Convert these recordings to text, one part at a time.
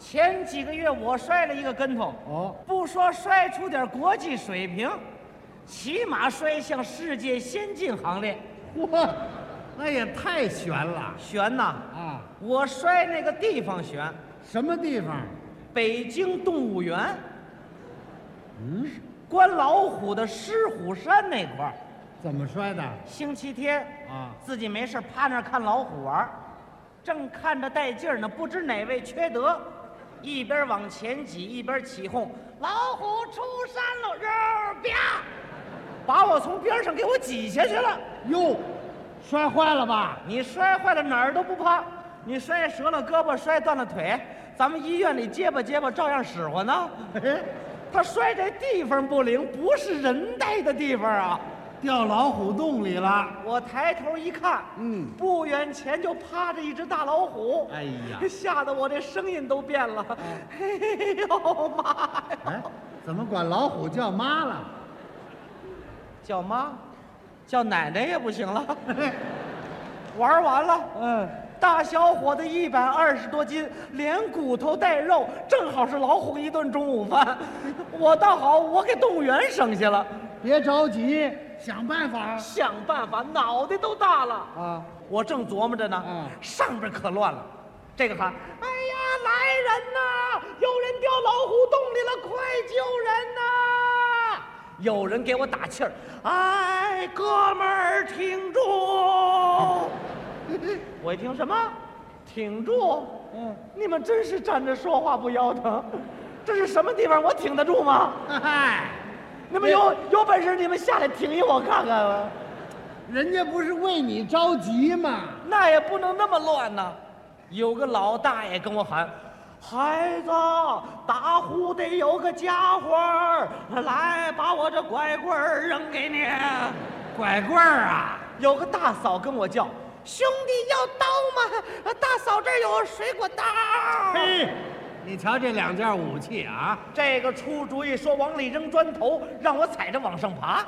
前几个月我摔了一个跟头，哦，不说摔出点国际水平，起码摔向世界先进行列。嚯，那也太悬了悬呐！啊！我摔那个地方悬，什么地方？北京动物园。嗯，关老虎的狮虎山那块儿，怎么摔的？星期天啊自己没事儿趴那儿看老虎玩儿，正看着带劲儿呢，不知哪位缺德，一边往前挤一边起哄：“老虎出山了！”肉啪，把我从边上给我挤下去了。哟，摔坏了吧？你摔坏了哪儿都不怕，你摔折了胳膊，摔断了腿，咱们医院里结巴结巴照样使唤呢。 哎，他摔这地方不灵，不是人待的地方啊！掉老虎洞里了。我抬头一看，嗯不远前就趴着一只大老虎，哎呀 吓得我这声音都变了。 哎呦妈呀！哎，怎么管老虎叫妈了？叫妈，叫奶奶也不行了。嘿 玩完了，嗯，大小伙子一百二十多斤，连骨头带肉，正好是老虎一顿中午 饭。我倒好，我给动物园省下了，别着急，想办法想办法，脑袋都大了。啊！我正琢磨着呢，嗯上边可乱了，这个喊：“哎呀，来人呐！有人掉老虎洞里了，快救人呐！”有人给我打气儿：“哎，哥们儿， 挺住！”我一听什么，挺住？嗯，你们真是站着说话不腰疼，这是什么地方？我挺得住吗？ 嗨，你们有有本事你们下来挺一我看看啊！人家不是为你着急吗？那也不能那么乱呐。有个老大爷跟我喊：“孩子，打虎得有个家伙儿，来，把我这拐棍儿扔给你。拐棍儿啊！”有个大嫂跟我叫：“兄弟，要刀吗？呃大嫂这儿有水果刀。”嘿，你瞧这两件武器啊！这个出主意说往里扔砖头，让我踩着往上爬；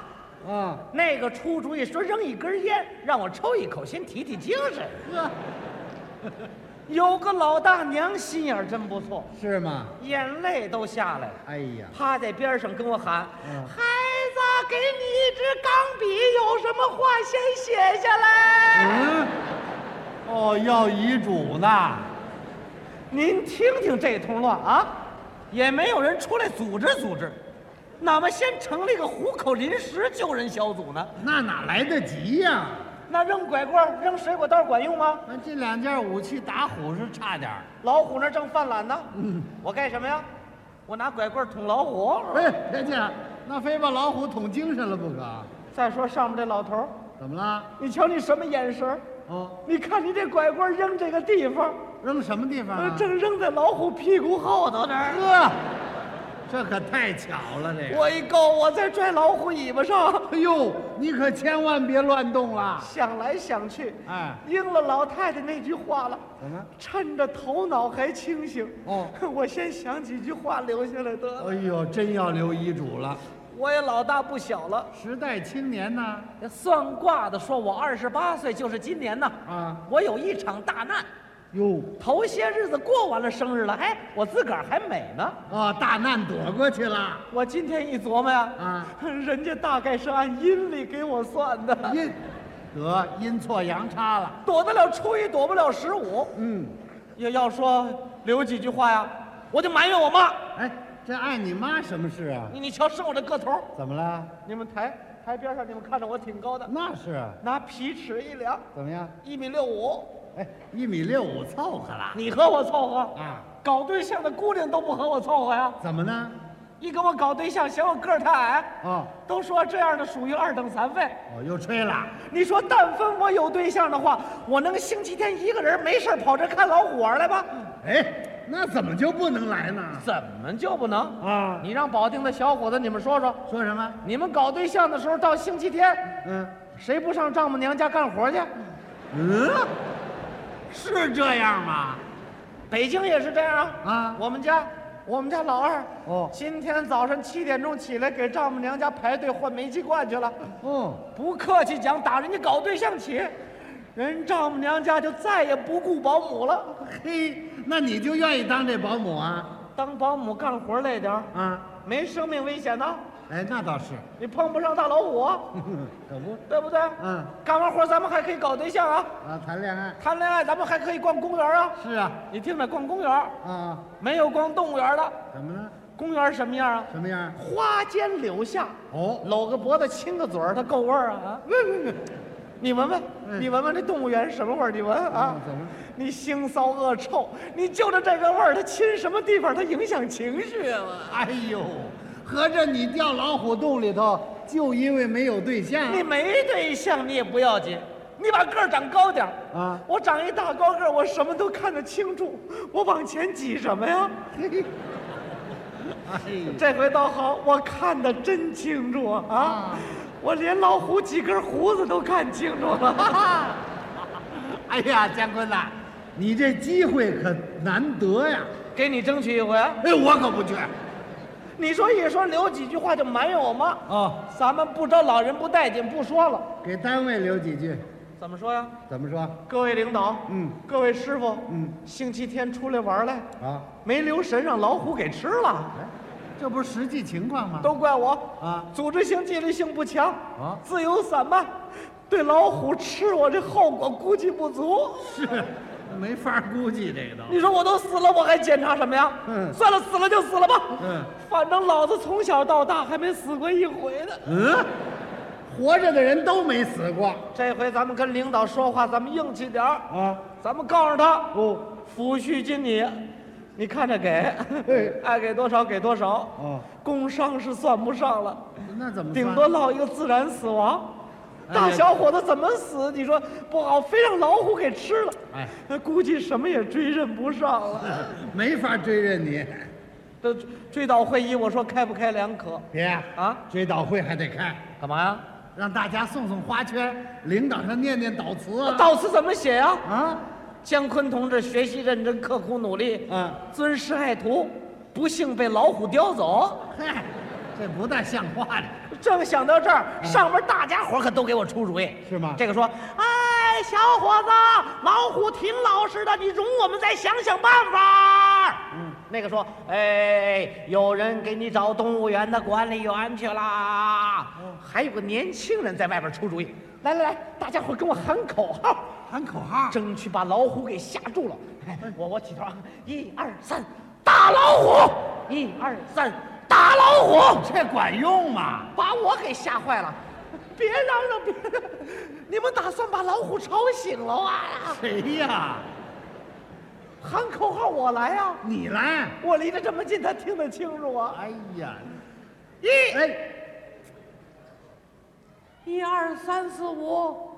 啊，那个出主意说扔一根烟，让我抽一口，先提提精神。呵，有个老大娘心眼儿真不错，是吗？眼泪都下来了，哎呀，趴在边上跟我喊：“嗯孩子，给你一支钢笔，有什么话先写下来。嗯，哦，要遗嘱呢。您听听这通乱啊，也没有人出来组织组织，哪么先成立个虎口临时救人小组呢？那哪来得及呀、那扔拐棍、扔水果刀管用吗？那这两件武器打虎是差点儿。老虎那儿正犯懒呢。我干什么呀？我拿拐棍捅老虎。哎，别介，那非把老虎捅精神了不可。再说上面这老头儿，怎么了？你瞧你什么眼神儿？哦，你看你这拐棍扔这个地方。扔什么地方、呃啊？，正扔在老虎屁股后头那儿。呵，这可太巧了，这个。我一够，我再拽老虎尾巴上。哎呦，你可千万别乱动了。想来想去，哎应了老太太那句话了。怎么？趁着头脑还清醒，哦， 我先想几句话留下来得了。哎呦，真要留遗嘱了。我也老大不小了，时代青年呢？算卦的说我二十八岁，就是今年呐。啊，我有一场大难，哟，头些日子过完了生日了，哎，我自个儿还美呢。哦，大难躲过去了。我今天一琢磨呀，啊， 人家大概是按阴历给我算 的。阴，得阴错阳差了。躲得了初一，躲不了十五。嗯，要要说留几句话呀，我就埋怨我妈。哎，这碍你妈什么事啊？你你瞧，生我这个头儿，怎么了？你们台台边上，你们看着我挺高的，那是啊拿皮尺一量，怎么样？一米六五。哎，一米六五凑合了你和我凑合，啊？搞对象的姑娘都不和我凑合呀。怎么呢？一跟我搞对象，嫌我个儿太矮，哦都说这样的属于二等残废。哦，又吹了。你说，但凡我有对象的话，我能星期天一个人没事儿跑这看老虎玩来吧？哎，那怎么就不能来呢？怎么就不能？啊，你让保定的小伙子，你们说说，说什么？你们搞对象的时候，到星期天，嗯谁不上丈母娘家干活去？嗯，是这样吗？北京也是这样啊。啊我们家，我们家老二，哦今天早上七点钟起来给丈母娘家排队换煤气罐去了。哦，不客气讲，打人家搞对象起，人丈母娘家就再也不雇保姆了，嘿，那你就愿意当这保姆啊？当保姆干活累点儿，啊，没生命危险呢，哎，那倒是， 你碰不上大老虎，可不，对不对？嗯，干完活咱们还可以搞对象啊，啊，谈恋爱谈恋爱咱们还可以逛公园啊。是啊，你听着，逛公园啊，没有逛动物园的，怎么了？公园什么样啊？什么样？花间柳下，哦，搂个脖子亲个嘴儿，它够味儿啊啊！你闻闻，嗯你闻闻这动物园什么味儿？你闻啊嗯怎么？你腥骚恶臭，你就着这个味儿，它亲什么地方，它影响情绪啊！哎呦，合着你掉老虎洞里头，就因为没有对象？你没对象你也不要紧，你把个儿长高点儿啊我长一大高个儿，我什么都看得清楚，我往前挤什么呀？嘿，哎呦，这回倒好，我看得真清楚啊！啊啊我连老虎几根胡子都看清楚了。哈哈哎呀，姜昆呐，你这机会可难得呀！ 给你争取一回。哎，我可不去。你说一说，留几句话就埋怨我妈。哦，咱们不招老人不待见，不说了。给单位留几句，怎么说呀？怎么说？各位领导，嗯，各位师傅，嗯，星期天出来玩来，啊，没留神让老虎给吃了，哎，这不是实际情况吗？都怪我啊组织性、纪律性不强啊自由散漫，对老虎吃我这后果估计不足。是，没法估计这个都。你说我都死了，我还检查什么呀？嗯算了，死了就死了吧。嗯，反正老子从小到大还没死过一回呢。嗯，活着的人都没死过这回咱们跟领导说话，咱们硬气点儿，啊。咱们告诉他，哦，抚恤金你，你看着给嘿，爱给多少给多少。哦，工伤是算不上了，那怎么算顶多落一个自然死亡。哎呀大小伙子怎么死？你说不好，非让老虎给吃了，哎，估计什么也追认不上了。没法追认你。啊这追悼会议，我说开不开两可别啊？追悼会还得开，干嘛呀？让大家送送花圈，领导上念念悼词啊。悼词怎么写呀？啊，姜昆同志学习认真，刻苦努力，嗯尊师爱徒，不幸被老虎叼走。嗨，这不带像话的。正想到这儿，上边大家伙可都给我出主意，是吗这个说，哎，小伙子，老虎挺老实的，你容我们再想想办法。嗯，那个说，哎，有人给你找动物园的管理员去啦。还有个年轻人在外边出主意，来来来，大家伙跟我喊口号。喊口号，争取把老虎给吓住了。哎我我起头啊，一二三，打老虎！一二三，打老虎！这管用吗？把我给吓坏了，别嚷嚷，别嚷嚷！你们打算把老虎吵醒了啊？谁呀？喊口号我来啊！你来。我离得这么近，他听得清楚啊！哎呀，一、哎，一二三四五，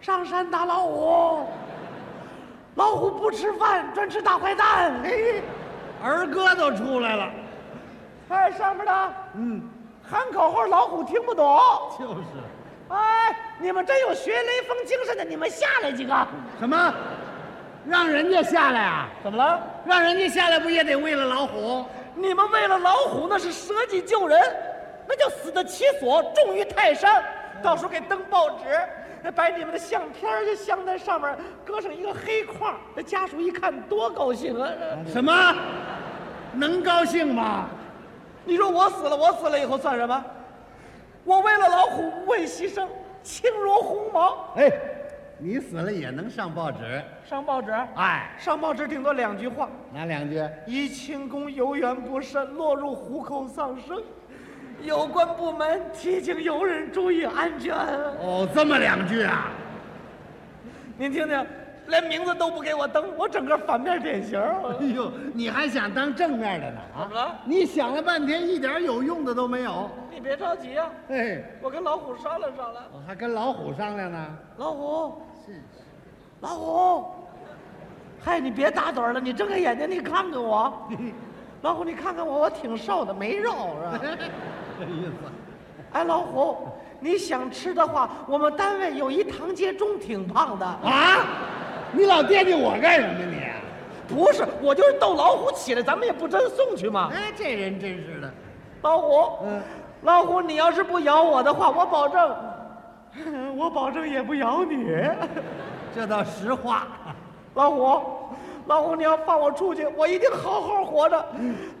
上山打老虎。老虎不吃饭，专吃大坏蛋。嘿，儿歌都出来了。哎，上面的嗯，喊口号，老虎听不懂。就是。哎，你们真有学雷锋精神的，你们下来几个？什么？让人家下来啊？怎么了？让人家下来不也得为了老虎？你们为了老虎那是舍己救人，那叫死得其所，重于泰山。到时候给登报纸，把你们的相片儿就镶在上面，搁上一个黑框，那家属一看多高兴啊！什么？能高兴吗？你说我死了，我死了以后算什么？我为了老虎无畏牺牲，轻如鸿毛。哎，你死了也能上报纸。上报纸，哎，上报纸顶多两句话。哪两句？宜清宫游园不慎，落入虎口丧生。有关部门提醒游人注意安全。哦，这么两句啊？您听听，连名字都不给我登，我整个反面典型。哎呦，你还想当正面的呢？啊怎么了你想了半天，一点有用的都没有。你别着急啊，哎，我跟老虎商量商量。我哦还跟老虎商量 呢。老虎，是是。老虎，嗨，你别打盹儿了，你睁开眼睛，你看看我。老虎，你看看我，我挺瘦的，没肉哎是吧？这意思。哎，老虎，你想吃的话，我们单位有一堂街中挺胖的。啊？你老惦记我干什么你？不是，我就是逗老虎起来，咱们也不真送去嘛。哎，这人真是的。老虎，嗯老虎，你要是不咬我的话，我保证 我保证也不咬你。这倒实 话。老虎，老虎，你要放我出去，我一定好好活着。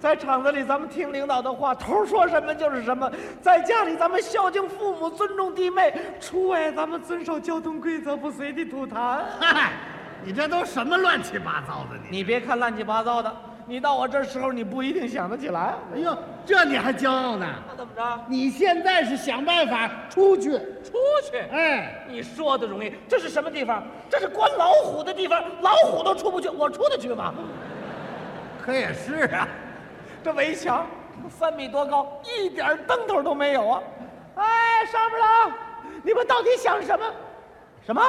在厂子里，咱们听领导的话，头儿说什么就是什么；在家里，咱们孝敬父母，尊重弟妹；出外，咱们遵守交通规则，不随地吐痰。嗨，你这都什么乱七八糟的你？你别看乱七八糟的，你到我这时候，你不一定想得起来。啊哎呦，这你还骄傲呢？那怎么着？你现在是想办法出去，出去？哎，你说的容易，这是什么地方？这是关老虎的地方，老虎都出不去，我出得去吗？可也是啊。这围墙三米多高，一点灯头都没有啊！哎，上面了，你们到底想什么？什么？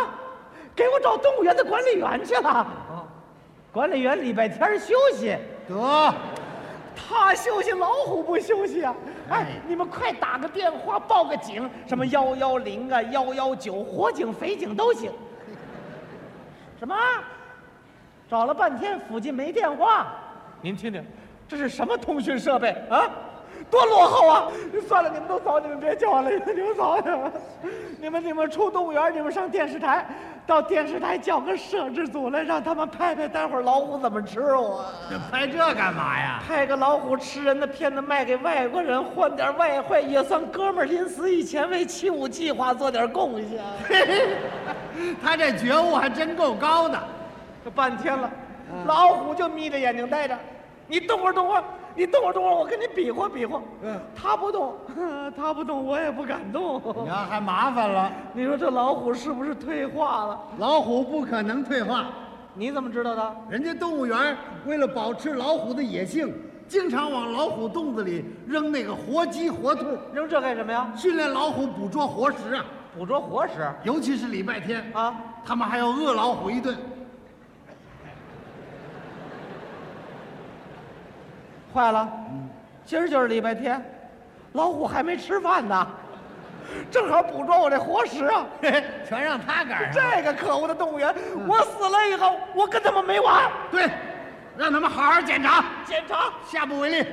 给我找动物园的管理员去了。管理员礼拜天休息，得，他休息，老虎不休息啊！哎哎，你们快打个电话报个警，什么幺幺零啊、幺幺九，火警、匪警都行。什么？找了半天附近没电话，您听听，这是什么通讯设备啊？多落后啊！算了，你们都走，你们别叫我了，你们走，你们，你们你们出动物园，你们上电视台，到电视台叫个摄制组来，让他们拍拍，待会儿老虎怎么吃我。啊这拍这干嘛呀？拍个老虎吃人的片子卖给外国人，换点外汇也算哥们儿临死以前为七五计划做点贡献。嘿嘿 他这觉悟还真够高的。 这半天了，老虎就眯着眼睛待着，你动会儿动会儿，你动会儿动会儿，我跟你比划比划。嗯他不动，嗯哼 他不动，我也不敢你动。要还麻烦了，你说这老虎是不是退化了？老虎不可能退化。你怎么知道的？人家动物园为了保持老虎的野性，经常往老虎洞子里扔那个活鸡、活兔，扔这干什么呀？训练老虎捕捉活食啊。捕捉活食尤其是礼拜天，啊！他们还要饿老虎一顿。坏了，今儿就是礼拜天，老虎还没吃饭呢，正好捕捉我这活食啊！嘿嘿，全让他赶上了。这个可恶的动物园，我死了以后，我跟他们没完。对，让他们好好检查，检查下不为例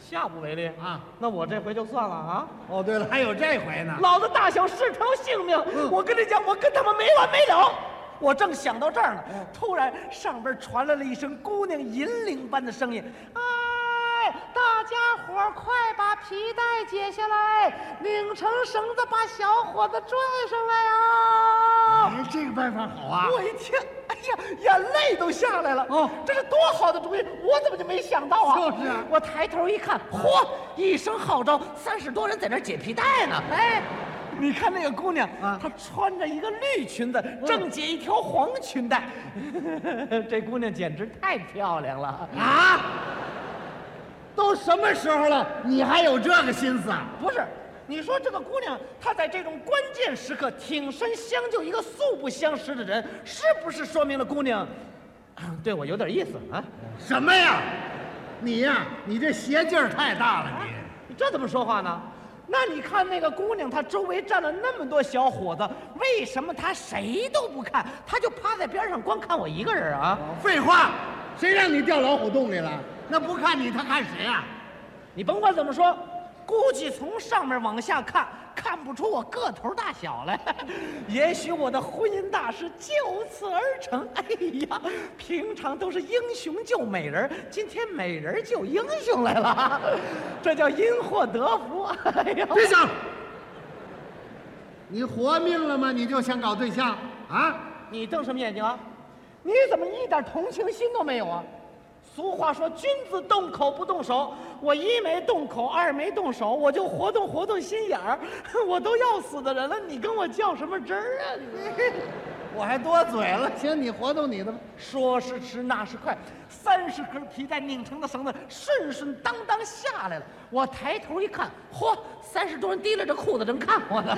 下不为例，啊。那我这回就算了啊！哦，对了，还有这回呢。老子大小是条性命，我跟你讲，我跟他们没完没了。我正想到这儿呢，突然上边传来了一声姑娘银铃般的声音：“哎，大家伙儿快把皮带解下来，拧成绳子把小伙子拽上来啊！”哎，这个办法好啊。我一听，哎呀，眼泪都下来了。哦这是多好的主意，我怎么就没想到啊？就是啊我抬头一看，嚯，一声号召，三十多人在那儿解皮带呢。哎。你看那个姑娘，啊她穿着一个绿裙子，正解一条黄裙带， 这姑娘简直太漂亮了。啊，都什么时候了，你还有这个心思啊？不是，你说这个姑娘，她在这种关键时刻挺身相救一个素不相识的人，是不是说明了姑娘，啊对我有点意思啊？什么呀？你呀、你这邪劲儿太大了，你。你这怎么说话呢？那你看那个姑娘，她周围站了那么多小伙子，为什么她谁都不看，她就趴在边上光看我一个人啊？废话，谁让你掉老虎洞里了？那不看你，他看谁啊？你甭管怎么说，估计从上面往下看，看不出我个头大小来。 也许我的婚姻大事就此而成。哎呀，平常都是英雄救美人儿，今天美人儿救英雄来了， 这叫因祸得福。 哎呀，别想了，你活命了吗？你就想搞对象啊？你瞪什么眼睛啊？你怎么一点同情心都没有啊？俗话说，君子动口不动手。我一没动口，二没动手，我就活动活动心眼儿。 我都要死的人了，你跟我较什么真儿啊？你 我还多嘴了，行，你活动你的吧。说时迟，那时快，三十根皮带拧成的绳子顺顺当当下来了。我抬头一看，嚯，三十多人提拉着裤子正看我呢。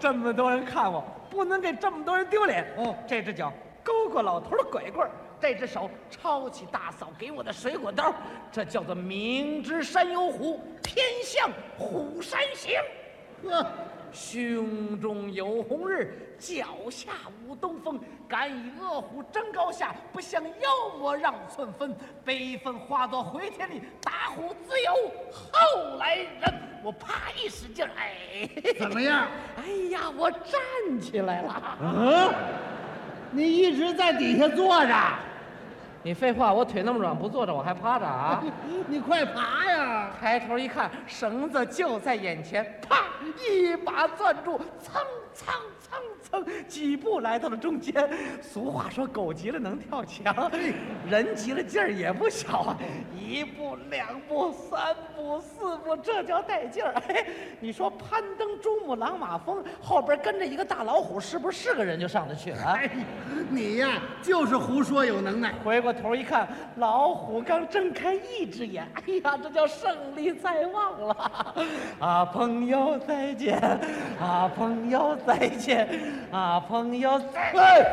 这么多人看我，不能给这么多人丢脸。哦这只脚勾过老头的拐棍儿，这只手抄起大嫂给我的水果刀，这叫做明知山有虎，偏向虎山行。呵，胸中有红日，脚下无东风。敢以恶虎争高下，不向妖魔让寸分。悲愤化作回天力，打虎自有后来人。我啪一使劲儿，哎，怎么样？哎呀，我站起来了。嗯，你一直在底下坐着，你废话，我腿那么软，不坐着我还趴着啊？你快爬呀！抬头一看，绳子就在眼前，啪，一把攥住，蹭蹭蹭蹭，几步来到了中间。俗话说，狗急了能跳墙，人急了劲儿也不小啊。一步、两步、三步、四步，这叫带劲儿。哎，你说攀登珠穆朗玛峰，后边跟着一个大老虎，是不是是个人就上得去啊了？哎，你呀，就是胡说，有能耐。回过头一看，老虎刚睁开一只眼，哎呀，这叫胜利在望了！ 啊，朋友再见！啊，朋友再见！啊，朋友再……哎，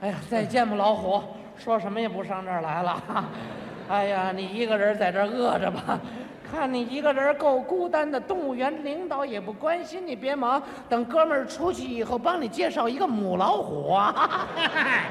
哎呀，再见吧，老虎！说什么也不上这儿来了。 哎呀，你一个人在这儿饿着吧。看你一个人够孤单的，动物园领导也不关心你，别忙，等哥们儿出去以后，帮你介绍一个母老虎啊。嗨，哎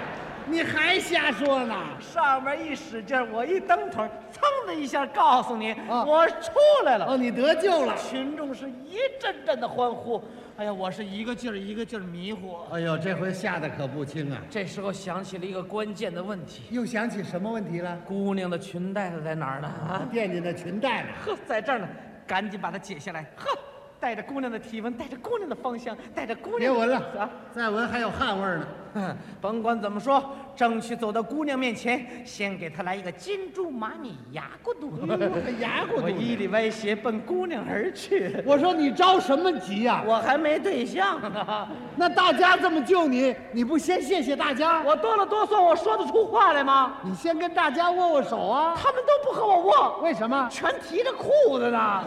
你还瞎说呢！上面一使劲儿，我一蹬腿儿，噌的一下，告诉你，啊我出来了。哦，你得救了。群众是一阵阵的欢呼。哎呀，我是一个劲儿一个劲儿迷糊。哎呦，这回吓得可不轻啊！这时候想起了一个关键的问题：又想起什么问题了？姑娘的裙带子在哪儿呢？啊，惦记那裙带呢。呵，在这儿呢，赶紧把它解下来。呵，带着姑娘的体温，带着姑娘的芳香，带着姑娘的别闻啊了，再闻还有汗味儿呢。哼，甭管怎么说，争取走到姑娘面前，先给她来一个金猪玛尼牙骨 肚。哎呦牙骨肚我一里歪斜奔姑娘而 去，我说你着什么急呀、我还没对象呢，那大家这么救你，你不先谢谢大家？我哆了哆嗦，我说得出话来吗？你先跟大家握握手啊？他们都不和我握，为什么？全提着裤子呢。